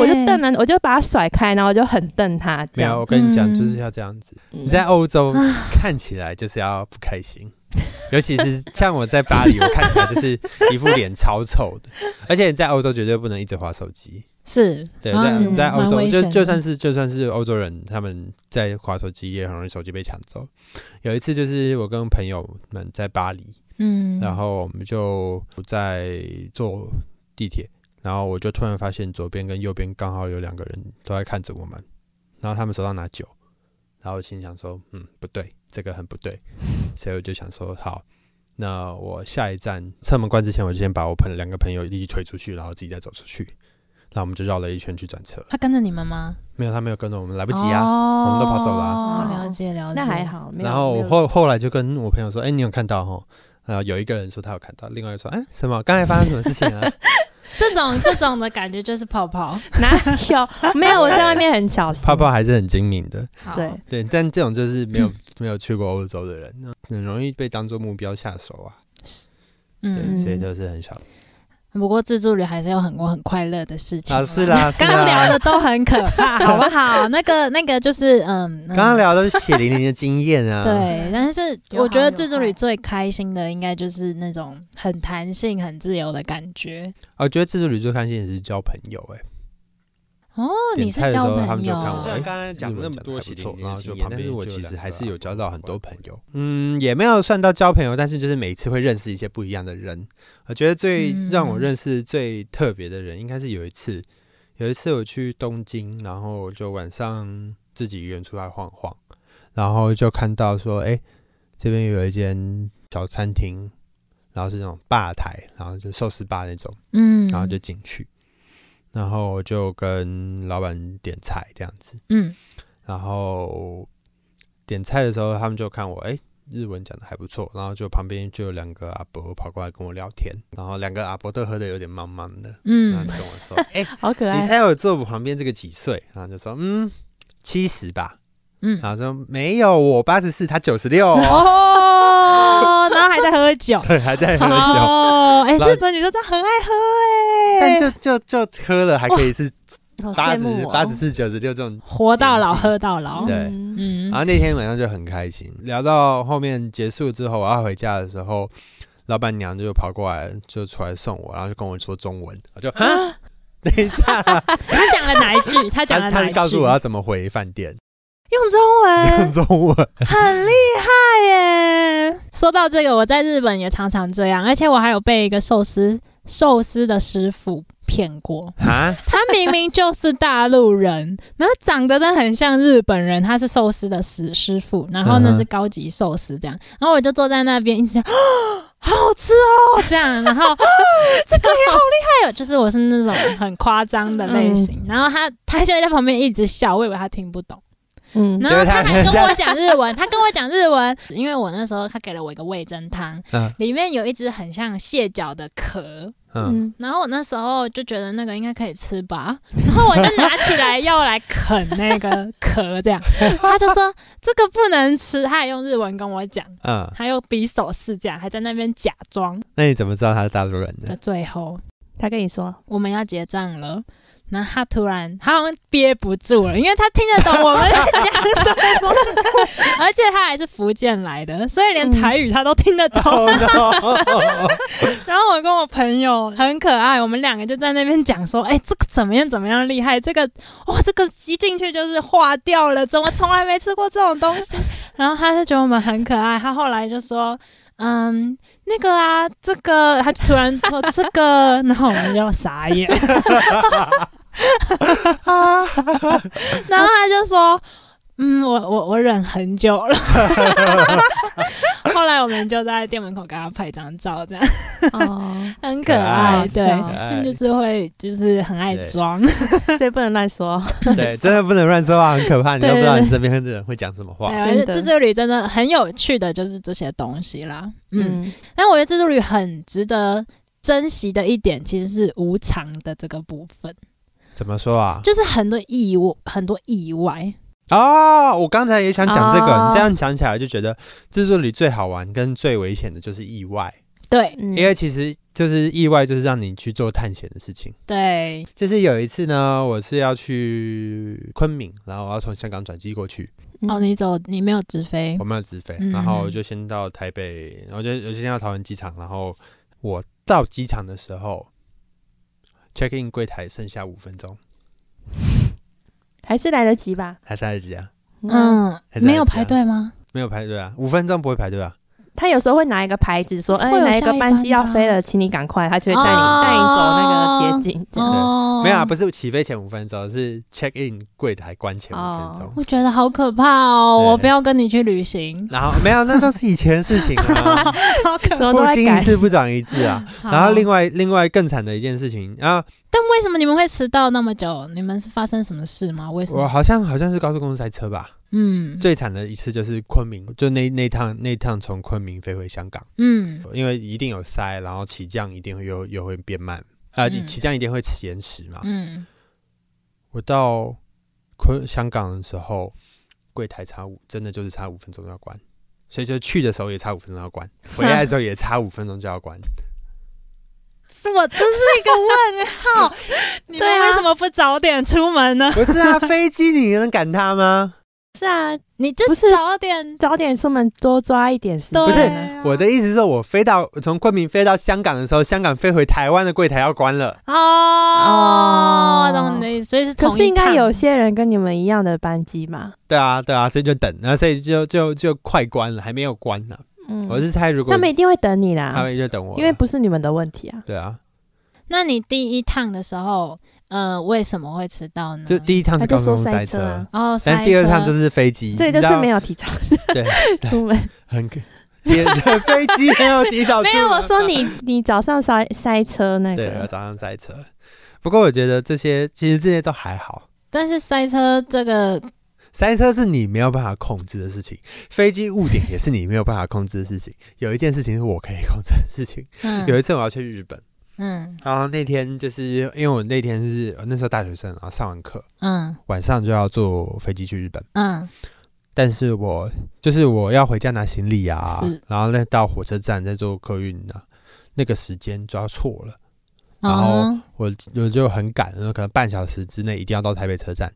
S3: 我就瞪了，我就把他甩开，然后我就很瞪他这
S2: 没有，
S3: 样
S2: 我。跟你讲，
S1: 嗯
S2: 就是要这样子。
S3: 嗯
S2: 你在欧洲
S1: 啊
S2: 看起来就是要不开心， 尤其是像我在巴黎，我看起来就是一副脸超臭 的。而且你在欧洲绝对不能一直划手机，
S1: 是，
S2: 对，
S1: 啊
S2: 在
S1: 嗯
S2: 在欧
S1: 蛮
S2: 洲
S1: 危
S2: 就
S1: 险的
S2: 就算是就算是欧洲人，他们在划手机也很容易手机被抢走。有一次就是我跟朋友们在巴黎，
S1: 嗯，
S2: 然后我们就在坐地铁，然后我就突然发现左边跟右边刚好有两个人都在看着我们，然后他们手上拿酒，然后我心想说，嗯，不对，这个很不 对，所以我就想说，好，那我下一站车门关之前，我就先把我朋两个朋友一起推出去，然后自己再走出去，那我们就绕了一圈去转车，
S1: 他跟着你们吗？
S2: 没有，他没有跟着我们，来不
S1: 不
S2: 及
S3: 哦
S2: 啊。我们都跑走了
S1: 哦
S2: 啊，
S1: 了解了解，
S3: 那还。好，没有
S2: 然后
S3: 没
S2: 我
S3: 有
S2: 后后来就跟我朋友说，哎、你有看到哈？然后有一个人说他有看到，另外一个说，哎、什么？刚才发生什么事情啊？
S1: 这种 这种的感觉就是泡泡，
S3: 哪有没有我在外面很 小心，
S2: 泡泡还是很精明的，嗯
S1: 好
S3: 对，
S2: 对，但这种就是没有、没有去过欧洲的人，那很容易被当做目标下手啊。对，
S1: 嗯，
S2: 所以都是很小。
S1: 不过自助旅还是有很多很快乐的事情
S2: 啊是啦是啦
S1: 刚刚聊的都很可怕，好不好？那个那个就是嗯，嗯
S2: 刚刚聊的是血淋淋的经验啊，，
S1: 对，但是
S3: 有
S1: 我觉得
S3: 好有
S1: 自助旅
S3: 坏
S1: 最开心的应该就是那种很弹性、很自由的感觉。
S2: 哦我觉得自助旅最开心也是交朋友、哎，
S1: 哦，你
S2: 点
S1: 是
S2: 菜的时
S1: 交
S2: 候
S1: 朋友，
S2: 他们就看我
S4: 虽
S2: 哎
S4: 然刚才讲了那么多
S2: 日
S4: 喜
S2: 文
S4: 剧
S2: 讲得还不错，然后就旁
S4: 但
S2: 边
S4: 是我
S2: 就有
S4: 其
S2: 两
S4: 实
S2: 个啊
S4: 还是有交到很多朋友。
S2: 嗯，也没有算到交朋友，但是就是每次会认识一些不一样的人。我觉得最
S1: 嗯
S2: 让我认识最特别的人，应该是有一次，有一次我去东京，然后就晚上自己一个人出来晃晃，然后就看到说，哎、这边有一间小餐厅，然后是那种吧台，然后就寿司吧那种，
S1: 嗯，
S2: 然后就进去，然后就跟老板点菜这样子，
S1: 嗯
S2: 然后点菜的时候，他们就看我，哎、日文讲的还不错，然后就旁边就有两个阿伯跑过来跟我聊天，然后两个阿伯都喝的有点茫茫的，然
S1: 嗯
S2: 后就，跟我说，哎、
S3: 好可
S2: 你
S3: 爱，
S2: 猜我坐我旁边这个几岁？然后就说，嗯，七十吧。
S1: 嗯
S2: 然后说没有，我八十四，他九十 六哦，，
S1: 哦，然后还在喝酒
S2: 对，还在喝酒，
S1: 哦，哎，
S2: 然后
S1: 日本女生真的很爱喝
S2: 但
S1: 哎，
S2: 就就就喝了，还可以是
S3: 好
S2: 八
S3: 羡
S2: 十
S3: 慕、哦，
S2: 八十四、九十六这种。
S1: 活到老
S2: 年纪
S1: 喝到老，
S2: 对啊
S3: 嗯
S1: 嗯
S2: 然，后那天晚上就很开心，聊到后面结束之后，我要回家的时候，老板娘就跑过来，就出来送我，然后就跟我说中文，我就哈， 等 一下，
S1: 他讲了哪一句？他讲
S2: 他
S1: 了
S2: 他
S1: 哪一
S2: 就
S1: 句？
S2: 告诉我啊要怎么回饭店，
S1: 用中文
S2: 用，中文，
S1: 很厉害耶！说到这个，我在日本也常常这样，而且我还有被一个寿司寿司的师傅骗过。
S2: 哈，
S1: 他明明就是大陆人，然后长得真的很像日本人，他是寿司的师师傅，然后
S2: 嗯
S1: 呢
S2: 哼
S1: 是高级寿司这样，然后我就坐在那边一直讲。啊好好吃哦，这样，然 后、啊、这个也好厉害哦，就是我是那种很夸张的类型，然后他他就会在旁边一直笑，我以为他听不懂。
S3: 嗯
S1: 然后他还
S2: 结
S1: 跟
S2: 果
S1: 我讲日文，他跟我讲日文，因为我那时候他给了我一个味增汤，
S2: 嗯
S1: 里面有一只很像蟹脚的壳，
S2: 嗯，
S1: 然后我那时候就觉得那个应该可以吃吧，然后我就拿起来要来啃那个壳，这样他就说这个不能吃，他还用日文跟我讲，
S2: 嗯，
S1: 还用比手势这样，还在那边假装。
S2: 那你怎么知道他是大陆人呢
S1: 的？最后
S3: 他跟你说，
S1: 我们要结账了。然后他突然，他好像憋不住了，因为他听得懂我们在讲什么，而且他还是福建来的，所以连台语他都听得懂。 然后我跟我朋友很可爱，我们两个就在那边讲说，哎、这个怎么样怎么样厉害，这个哇，这个一进去就是化掉了，怎么从来没吃过这种东西？然后他就觉得我们很可爱，他后来就说。嗯，那个啊，这个，他就突然说这个，然后我们就傻眼，啊然后他就说，嗯，我我我忍很久了， 后来我们就在店门口给他拍张照，这样。
S3: 哦，
S1: 很可
S2: 爱
S1: 爱，对，
S3: 好
S2: 可
S1: 他
S2: 爱
S1: 们就是会就是很爱装，
S3: 所以不能乱说，
S2: 对，真的不能乱说话，很可怕，你都不知道
S3: 对对对
S2: 你身边的人会讲什么话
S1: 对，。啊而且
S3: 真的
S1: 自助旅真的很有趣的就是这些东西啦，嗯，
S3: 嗯，
S1: 但我觉得自助旅很值得。珍惜的一点其实是无常的这个部分，
S2: 怎么说啊？
S1: 就是很多意外，很多意外。
S2: 哦，我刚才也想讲这个，
S3: 哦
S2: 你这样讲起来就觉得自助旅最好玩跟最危险的就是意外，
S1: 对
S3: 嗯
S2: 因为其实就是意外就是让你去做探险的事情。
S1: 对，
S2: 就是有一次呢，我是要去昆明，然后我要从香港转机过去，
S1: 哦，你走，你没有直飞
S2: 我，没有直飞，
S1: 嗯
S2: 然后我就先到台北，然后就我就先到桃园机场，然后我到机场的时候，check in 柜台剩下五分钟，
S3: 还是来得及吧，
S2: 还是来得及啊？
S3: 嗯，
S1: 嗯
S2: 还，是
S1: 没有
S2: 还
S1: 排
S2: 是这样
S1: 队吗？
S2: 没有排队啊，五分钟不会排队啊？
S3: 他有时候会拿一个牌子说，
S1: 会
S3: 哎，
S1: 有
S3: 哪一
S1: 下
S3: 个
S1: 一
S3: 班
S1: 班
S3: 机要
S1: 的啊
S3: 飞了，请你赶快，他就会带你
S1: 哦
S3: 带你走那个捷径，这样
S1: 哦，
S2: 没有啊，不是起飞前五分钟，是 check in 柜台关前五
S3: 哦
S2: 分钟。
S1: 我觉得好可怕哦，
S2: 对
S1: 我不要跟你去旅行，
S2: 然后没有，那都是以前的事情啊，
S1: 好可
S3: 怎么 都
S2: 不
S3: 在
S2: 经一
S3: 改，
S2: 事不长一智啊。
S1: 怕。
S2: 然后另
S1: 外，
S2: 外另外更惨的一件事情，啊然后
S1: 但为什么你们会迟到那么久？你们是发生什么事吗？为什么
S2: 我？好像好像是高速公路塞车吧。
S1: 嗯，
S2: 最惨的一次就是昆明，就那那一趟那一趟从昆明飞回香港，
S1: 嗯
S2: 因为一定有塞，然后起降一定会又又会变慢，啊、
S1: 嗯
S2: 起降一定会延迟嘛。
S1: 嗯，
S2: 我到昆香港的时候，柜台差五，真的就是差五分钟就要关，所以就去的时候也差五分钟要关，回来的时候也差五分钟就要关。
S1: 是我就是一个问 号，你
S3: 对
S1: 们
S3: 啊
S1: 为什么不早点出门呢？
S2: 不是啊，飞机你能赶它吗？
S3: 是啊，
S1: 你就
S3: 不是
S1: 早点
S3: 早点出门多抓一点时间，
S1: 对
S2: 不是
S1: 啊
S2: 我的意思是我飞到从昆明飞到香港的时候，香港飞回台湾的柜台要关了。
S1: 哦，
S3: 哦
S1: 懂你的意思，所以是
S3: 可
S1: 同
S3: 是
S1: 一
S3: 应该
S1: 趟
S3: 有些人跟你们一样的班机嘛，
S2: 对啊，对啊，所以就等，然后所以就就就快关了，还没有关呢、
S3: 嗯，
S2: 我是猜如果
S3: 他们一定会等你
S2: 他
S3: 啦，
S2: 们就等我了，
S3: 因为不是你们的问题啊，
S2: 对啊，
S1: 那你第一趟的时候，呃，为什么会迟到呢？
S2: 就第一趟是
S3: 他就
S2: 高速公路
S3: 说塞
S2: 塞
S3: 车啊
S1: 哦，
S2: 但第二趟就是 是飞机，
S3: 这
S2: 你
S3: 就
S2: 知
S3: 是
S2: 道
S3: 没有提早
S2: 对
S3: 出门，
S2: 很可点的 飞机没有提早出
S3: 没
S2: 门。啊
S3: 有，我 说你你早上塞塞车那
S2: 对，我啊
S3: 个，
S2: 早上塞车。不过我觉得这些其实这些都还好，
S1: 但是塞车这个
S2: 塞车是你没有办法控制的事情，飞机误点也是你没有办法控制的事情。有一件事情是我可以控制的事情。有
S1: 嗯
S2: 一次我要去日本，
S1: 嗯
S2: 然后那天就是因为我那天是那时候大学生，然后上完课
S1: 嗯
S2: 晚上就要坐飞机去日本，
S1: 嗯
S2: 但是我就是我要回家拿行李啊
S1: 是，
S2: 然后再到火车站再坐客运啊，那个时间抓错了。然后哦
S1: 嗯，
S2: 我我就很赶，然后可能半小时之内一定要到台北车站。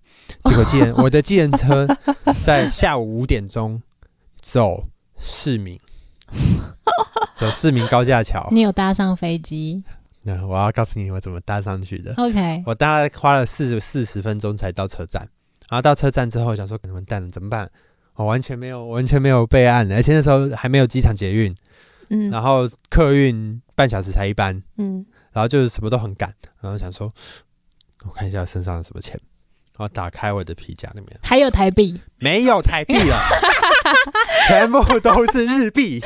S2: 结果计程 我的计程车在下午五点钟走市民，走市民高架桥。
S1: 你有搭上飞机
S2: 那我要告诉你我怎么搭上去的。
S1: ？OK，
S2: 我大概花了四十四十分钟才到车站，然后到车站之后想说，完蛋了，怎么办？我完全没有，完全没有备案，而且那时候还没有机场捷运，
S3: 嗯
S2: 然后客运半小时才一班，
S3: 嗯，
S2: 然后就是什么都很赶，然后想说，我看一下身上有什么钱，然后打开我的皮夹里面
S1: 还有台 币，
S2: 没有台币了，全部都是日币。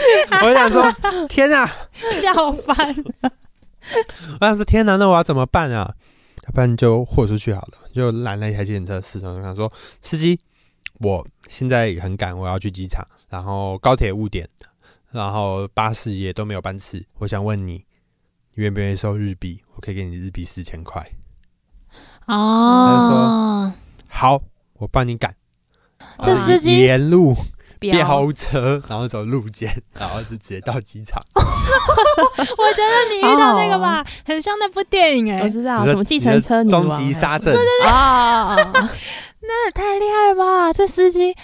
S2: 我想说，天哪、
S1: 笑翻。
S2: 我想说，天哪、那我要怎么办啊？要不然就豁出去好了，就拦了一台计程车，司机跟他说，司机，我现在很赶，我要去机场，然后高铁误点，然后巴士也都没有班次，我想问你，你愿不愿意收日币？我可以给你日币四千块。
S1: 哦，
S2: 好，我帮你赶。
S1: 这
S2: 然后
S1: 司机
S2: 沿路
S3: 好
S2: 飙车，然后走路肩， 然后就直接到机场。
S1: 我觉得你遇到那个
S3: 哦
S1: 吧，很像那部电影哎、
S3: 我
S1: 欸，
S3: 知道
S2: 你
S3: 什
S2: 说
S3: 么计程车
S2: 你
S3: 女
S1: 啊
S2: 的
S3: 王
S2: 终极杀阵，
S3: 啊，
S1: 那也太厉害了吧！这司机，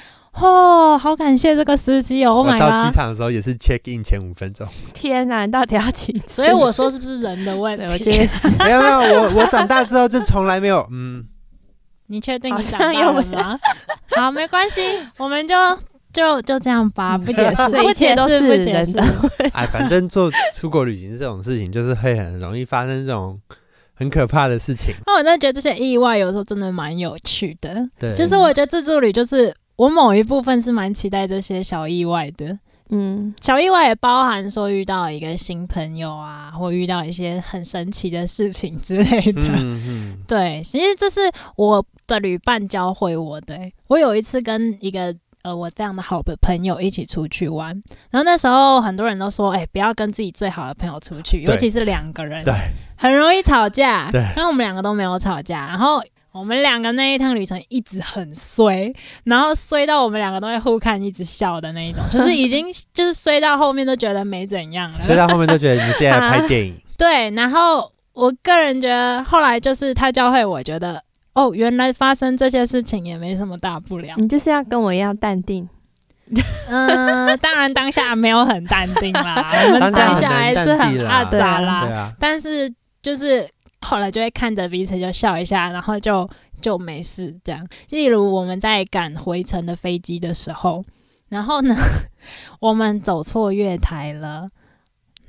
S1: 哦，好感谢这个司机哦，Oh
S2: 我
S1: my
S2: 到机
S1: god！
S2: 场的时候也是 check in 前五分钟。
S3: 天哪，你到底要几次？
S1: 所以我说是不是人的问
S3: 对我觉
S1: 题？
S3: 得
S2: 没有没有，我我长大之后就从来没有， 嗯，
S1: 你确定
S3: 好
S1: 你长
S3: 像
S1: 大
S3: 又
S1: 了
S3: 没
S1: 吗？ 好，没关系，我们就就就这样吧，不解释，
S3: 嗯 所以
S1: 不
S3: 一切
S1: 解
S3: 都
S1: 释，
S3: 是
S1: 不解
S3: 人
S1: 释
S3: 的。
S2: 哎，反正做出国旅行这种事情，就是会很容易发生这种很可怕的事情。
S1: 那我真的觉得这些意外有时候真的蛮有趣的。
S2: 对，
S1: 就是我觉得自助旅，就是我某一部分是蛮期待这些小意外的。
S3: 嗯，
S1: 小意外也包含说遇到一个新朋友啊，或遇到一些很神奇的事情之类的。
S2: 嗯嗯，
S1: 对，其实这是我的旅伴教会我的欸、我有一次跟一个呃我非常的好的朋友一起出去玩，然后那时候很多人都说，哎、不要跟自己最好的朋友出去，
S2: 对
S1: 尤其是两个人，
S2: 对，
S1: 很容易吵架。
S2: 对
S1: 但我们两个都没有吵架，然后。我们两个那一趟旅程一直很衰，然后衰到我们两个都会互看，一直笑的那一种，就是已经 就是衰到后面都觉得没怎样了。
S2: 所以到后面都觉得你自己在拍 电影，
S1: 对，然后我个人觉得，后来就是他教会我觉得，哦，原来发生这些事情也没什么大不 了。
S3: 你就是要跟我一样淡 定，
S1: 嗯、当然当下没有很淡定啦，我们当
S2: 当
S3: 下很
S1: 下还是
S2: 淡定
S1: 很
S2: 啦
S1: 阿杂啦，
S2: 对啊，
S1: 但是就是后来就会看着彼此就笑一下，然后就就没事这样。例如我们在赶回程的飞机的时候，然后呢， 我们走错月台了。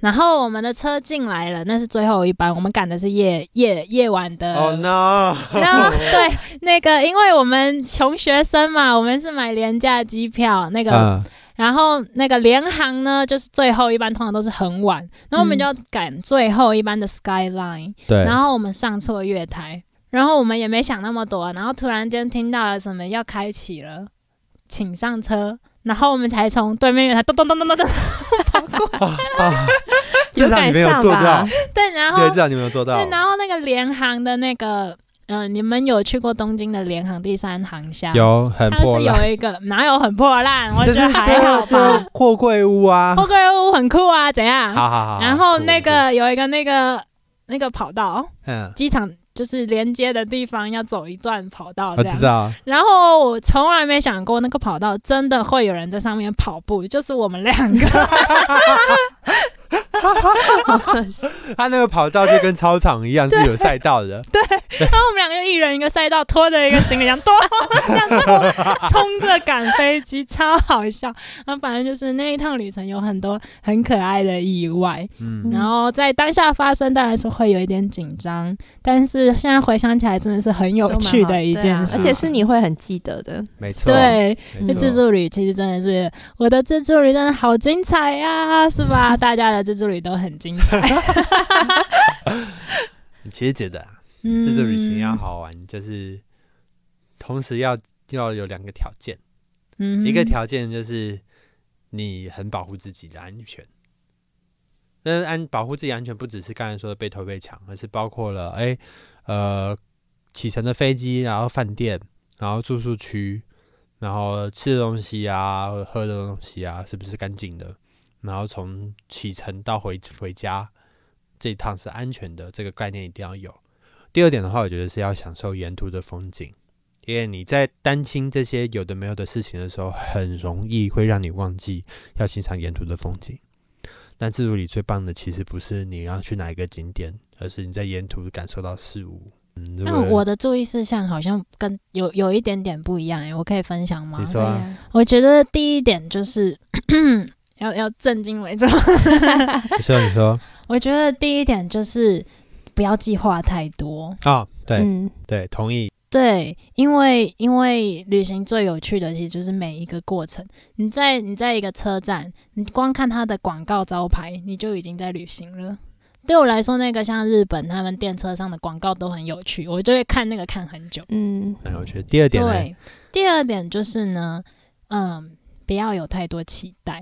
S1: 然后我们的车进来了，那是最后一班，我们赶的是夜夜夜晚的。
S2: 哦 no，
S1: 然后对那个，因为我们穷学生嘛，我们是买廉价机票，那个、
S2: 嗯，
S1: 然后那个联航呢，就是最后一班通常都是很晚，然后我们就要赶最后一班的 Skyline，、
S2: 嗯对，
S1: 然后我们上错月台，然后我们也没想那么多，然后突然间听到了什么要开启了，请上车，然后我们才从对面月台咚咚咚咚咚 咚，
S2: 啊啊， 至少你没有做
S3: 有
S2: 到
S3: 赶上吧，
S1: 对，然后
S2: 对，至少你没有做到
S1: 对，。然哦后那个联航的那个，呃，你们有去过东京的联航第三航厦？。
S2: 有很
S1: 它
S2: 破
S1: 是
S2: 烂，
S1: 有一个哪有很破烂，我
S2: 就
S1: 觉得
S2: 是
S1: 还好
S2: 就
S1: 吧
S2: 就。货柜屋啊，
S1: 后贵屋很酷啊，怎样？
S2: 好好好。
S1: 哦然后
S2: 酷
S1: 那
S2: 酷
S1: 个有一个那个那个跑道，
S2: 嗯，
S1: 机场就是连接的地方要走一段跑道这
S2: 我
S1: 样。
S2: 知道，
S1: 然后我从来没想过那个跑道真的会有人在上面跑步，就是我们两个。
S2: 他那个跑道就跟操 场一样是有赛道的，
S1: 然后我们两个就一人一个赛道，拖着一个行李箱， 咚，这样冲冲着赶飞机，超好笑。然后反正就是那一趟旅程有很多很可爱的意外，
S2: 嗯，
S1: 然后在当下发生当然是会有一点紧张，但是现在回想起来真的是很有趣的 一件事
S3: 对啊而
S1: 情，
S3: 且是你会很记得的。
S2: 没错，
S1: 对。
S2: 没
S1: 那
S2: 错
S1: 自助旅其实真的是我的自助旅，真的好精彩呀、是 吧？大家的自助旅都很精彩。
S2: 其实觉得啊
S1: 嗯
S2: 自助旅行啊要，好玩，就是同时要要有两个条件，
S1: 嗯
S2: 一个条件就是你很保护自己的安全。但是安保护自己安全，不只是刚才说的被偷被抢，而是包括了哎、呃启程的飞机，然后饭店，然后住宿区，然后吃的东西啊、喝的东西啊，是不是干净的？然后从启程到回回家这一趟是安全的，这个概念一定要有。第二点的话，我觉得是要享受沿途的风景。因为你在担心这些有的没有的事情的时候，很容易会让你忘记要欣赏沿途的风景。但自助旅最棒的其实不是你要去哪一个景点，而是你在沿途感受到事物。嗯，如
S1: 那
S2: 果
S1: 啊我的注意事项好像跟有有一点点不一样、欸，我可以分享吗
S2: 你？说啊，
S1: 我觉得第一点就是 要要正襟危坐。
S2: 你说你说
S1: 我觉得第一点就是不要计划太多，
S2: 啊、对、
S3: 嗯，
S2: 对，同意。
S1: 对，因为因为旅行最有趣的其实就是每一个过程。你在你在一个车站，你光看它的广告招牌，你就已经在旅行了。对我来说，那个像日本他们电车上的广告都很有趣，我就会看那个看很久。
S3: 嗯，
S2: 然后我觉得第二点呢，
S1: 对，第二点就是呢，嗯，不要有太多期待。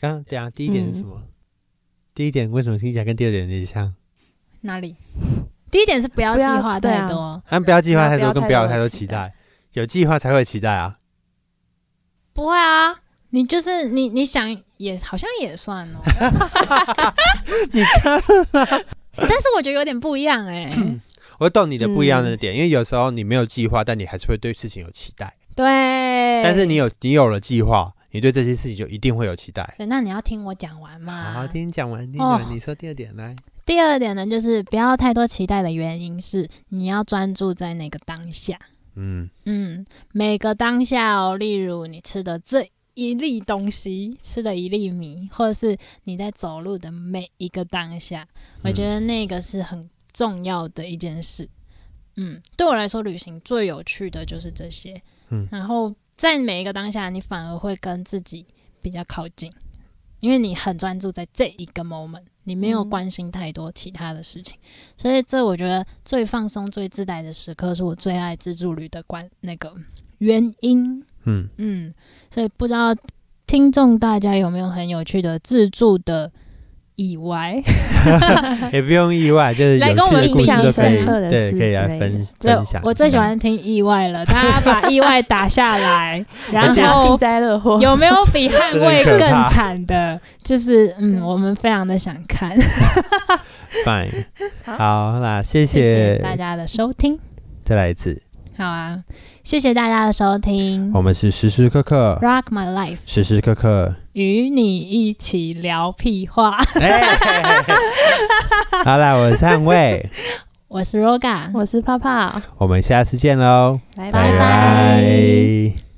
S2: 刚刚等一下第一
S1: 嗯
S2: 点是什么？第一点为什么听起来跟第二点有点像？
S1: 哪里？第一点是不要
S3: 不
S1: 计
S3: 要
S1: 划
S3: 对
S1: 太
S3: 啊
S1: 多，
S2: 但不要计划
S3: 不
S2: 太多，
S3: 要不要
S2: 更不要有
S3: 太
S2: 太
S3: 多
S2: 多
S3: 期
S2: 期
S3: 待
S2: 待。有计划才会有期待啊！
S1: 不会啊。你就是你，你想也好像也算 哦，
S2: 你看，
S1: 但是我觉得有点不一样哎、
S2: 我懂你的不一样的点，因为有时候你没有计划，但你还是会对事情有期待。
S1: 对，
S2: 但是你有你有了计划，你对这些事情就一定会有期待。
S1: 对，那你要听我讲完嘛。
S2: 好好听你讲完，听你
S1: 啊哦
S2: 讲完，你说第二点来。
S1: 第二点呢，就是不要太多期待的原因是你要专注在那个当下。
S2: 嗯，
S1: 嗯，每个当下哦，例如你吃的这一粒东西，吃的一粒米，或者是你在走路的每一个当下，我觉得那个是很重要的一件事。嗯，对我来说，旅行最有趣的就是这些。
S2: 嗯
S1: 然后在每一个当下，你反而会跟自己比较靠近，因为你很专注在这一个 moment，你没有
S3: 嗯
S1: 关心太多其他的事情。所以这我觉得最放松、最自在的时刻，是我最爱自助旅的关那个原因。
S2: 嗯，
S1: 嗯，所以不知道听众大家有没有很有趣的自助的意外？
S2: 也不用意外，就是有
S1: 来
S2: 趣
S1: 跟我们
S2: 的故事
S3: 印象
S2: 都可以
S3: 深刻的
S2: 对，
S3: 事
S2: 可以
S3: 之
S2: 来
S3: 类
S2: 分
S3: 的
S2: 分享。
S1: 我最喜欢听意外了，大家把意外打下来，然
S3: 而且要幸
S1: 后。
S3: 灾乐
S2: 哦
S3: 祸。
S1: 有没有比捍卫
S2: 这
S1: 更
S2: 个很可怕
S1: 惨的？就是嗯，
S3: 对
S1: 我们非常的想看，
S2: fine。好啦，谢
S1: 谢谢大家的收听。
S2: 再来一次，
S1: 好啊，谢谢大家的收听
S2: 我们是时时刻刻，
S1: ，Rock My Life。
S2: 时时刻刻。
S1: 与你一起聊屁话。
S2: 哎 好啦，我是 汉卫，
S1: 我是 Roga，
S3: 我是泡泡，
S2: 我们下次见喽，
S3: 拜
S1: 拜
S2: 拜。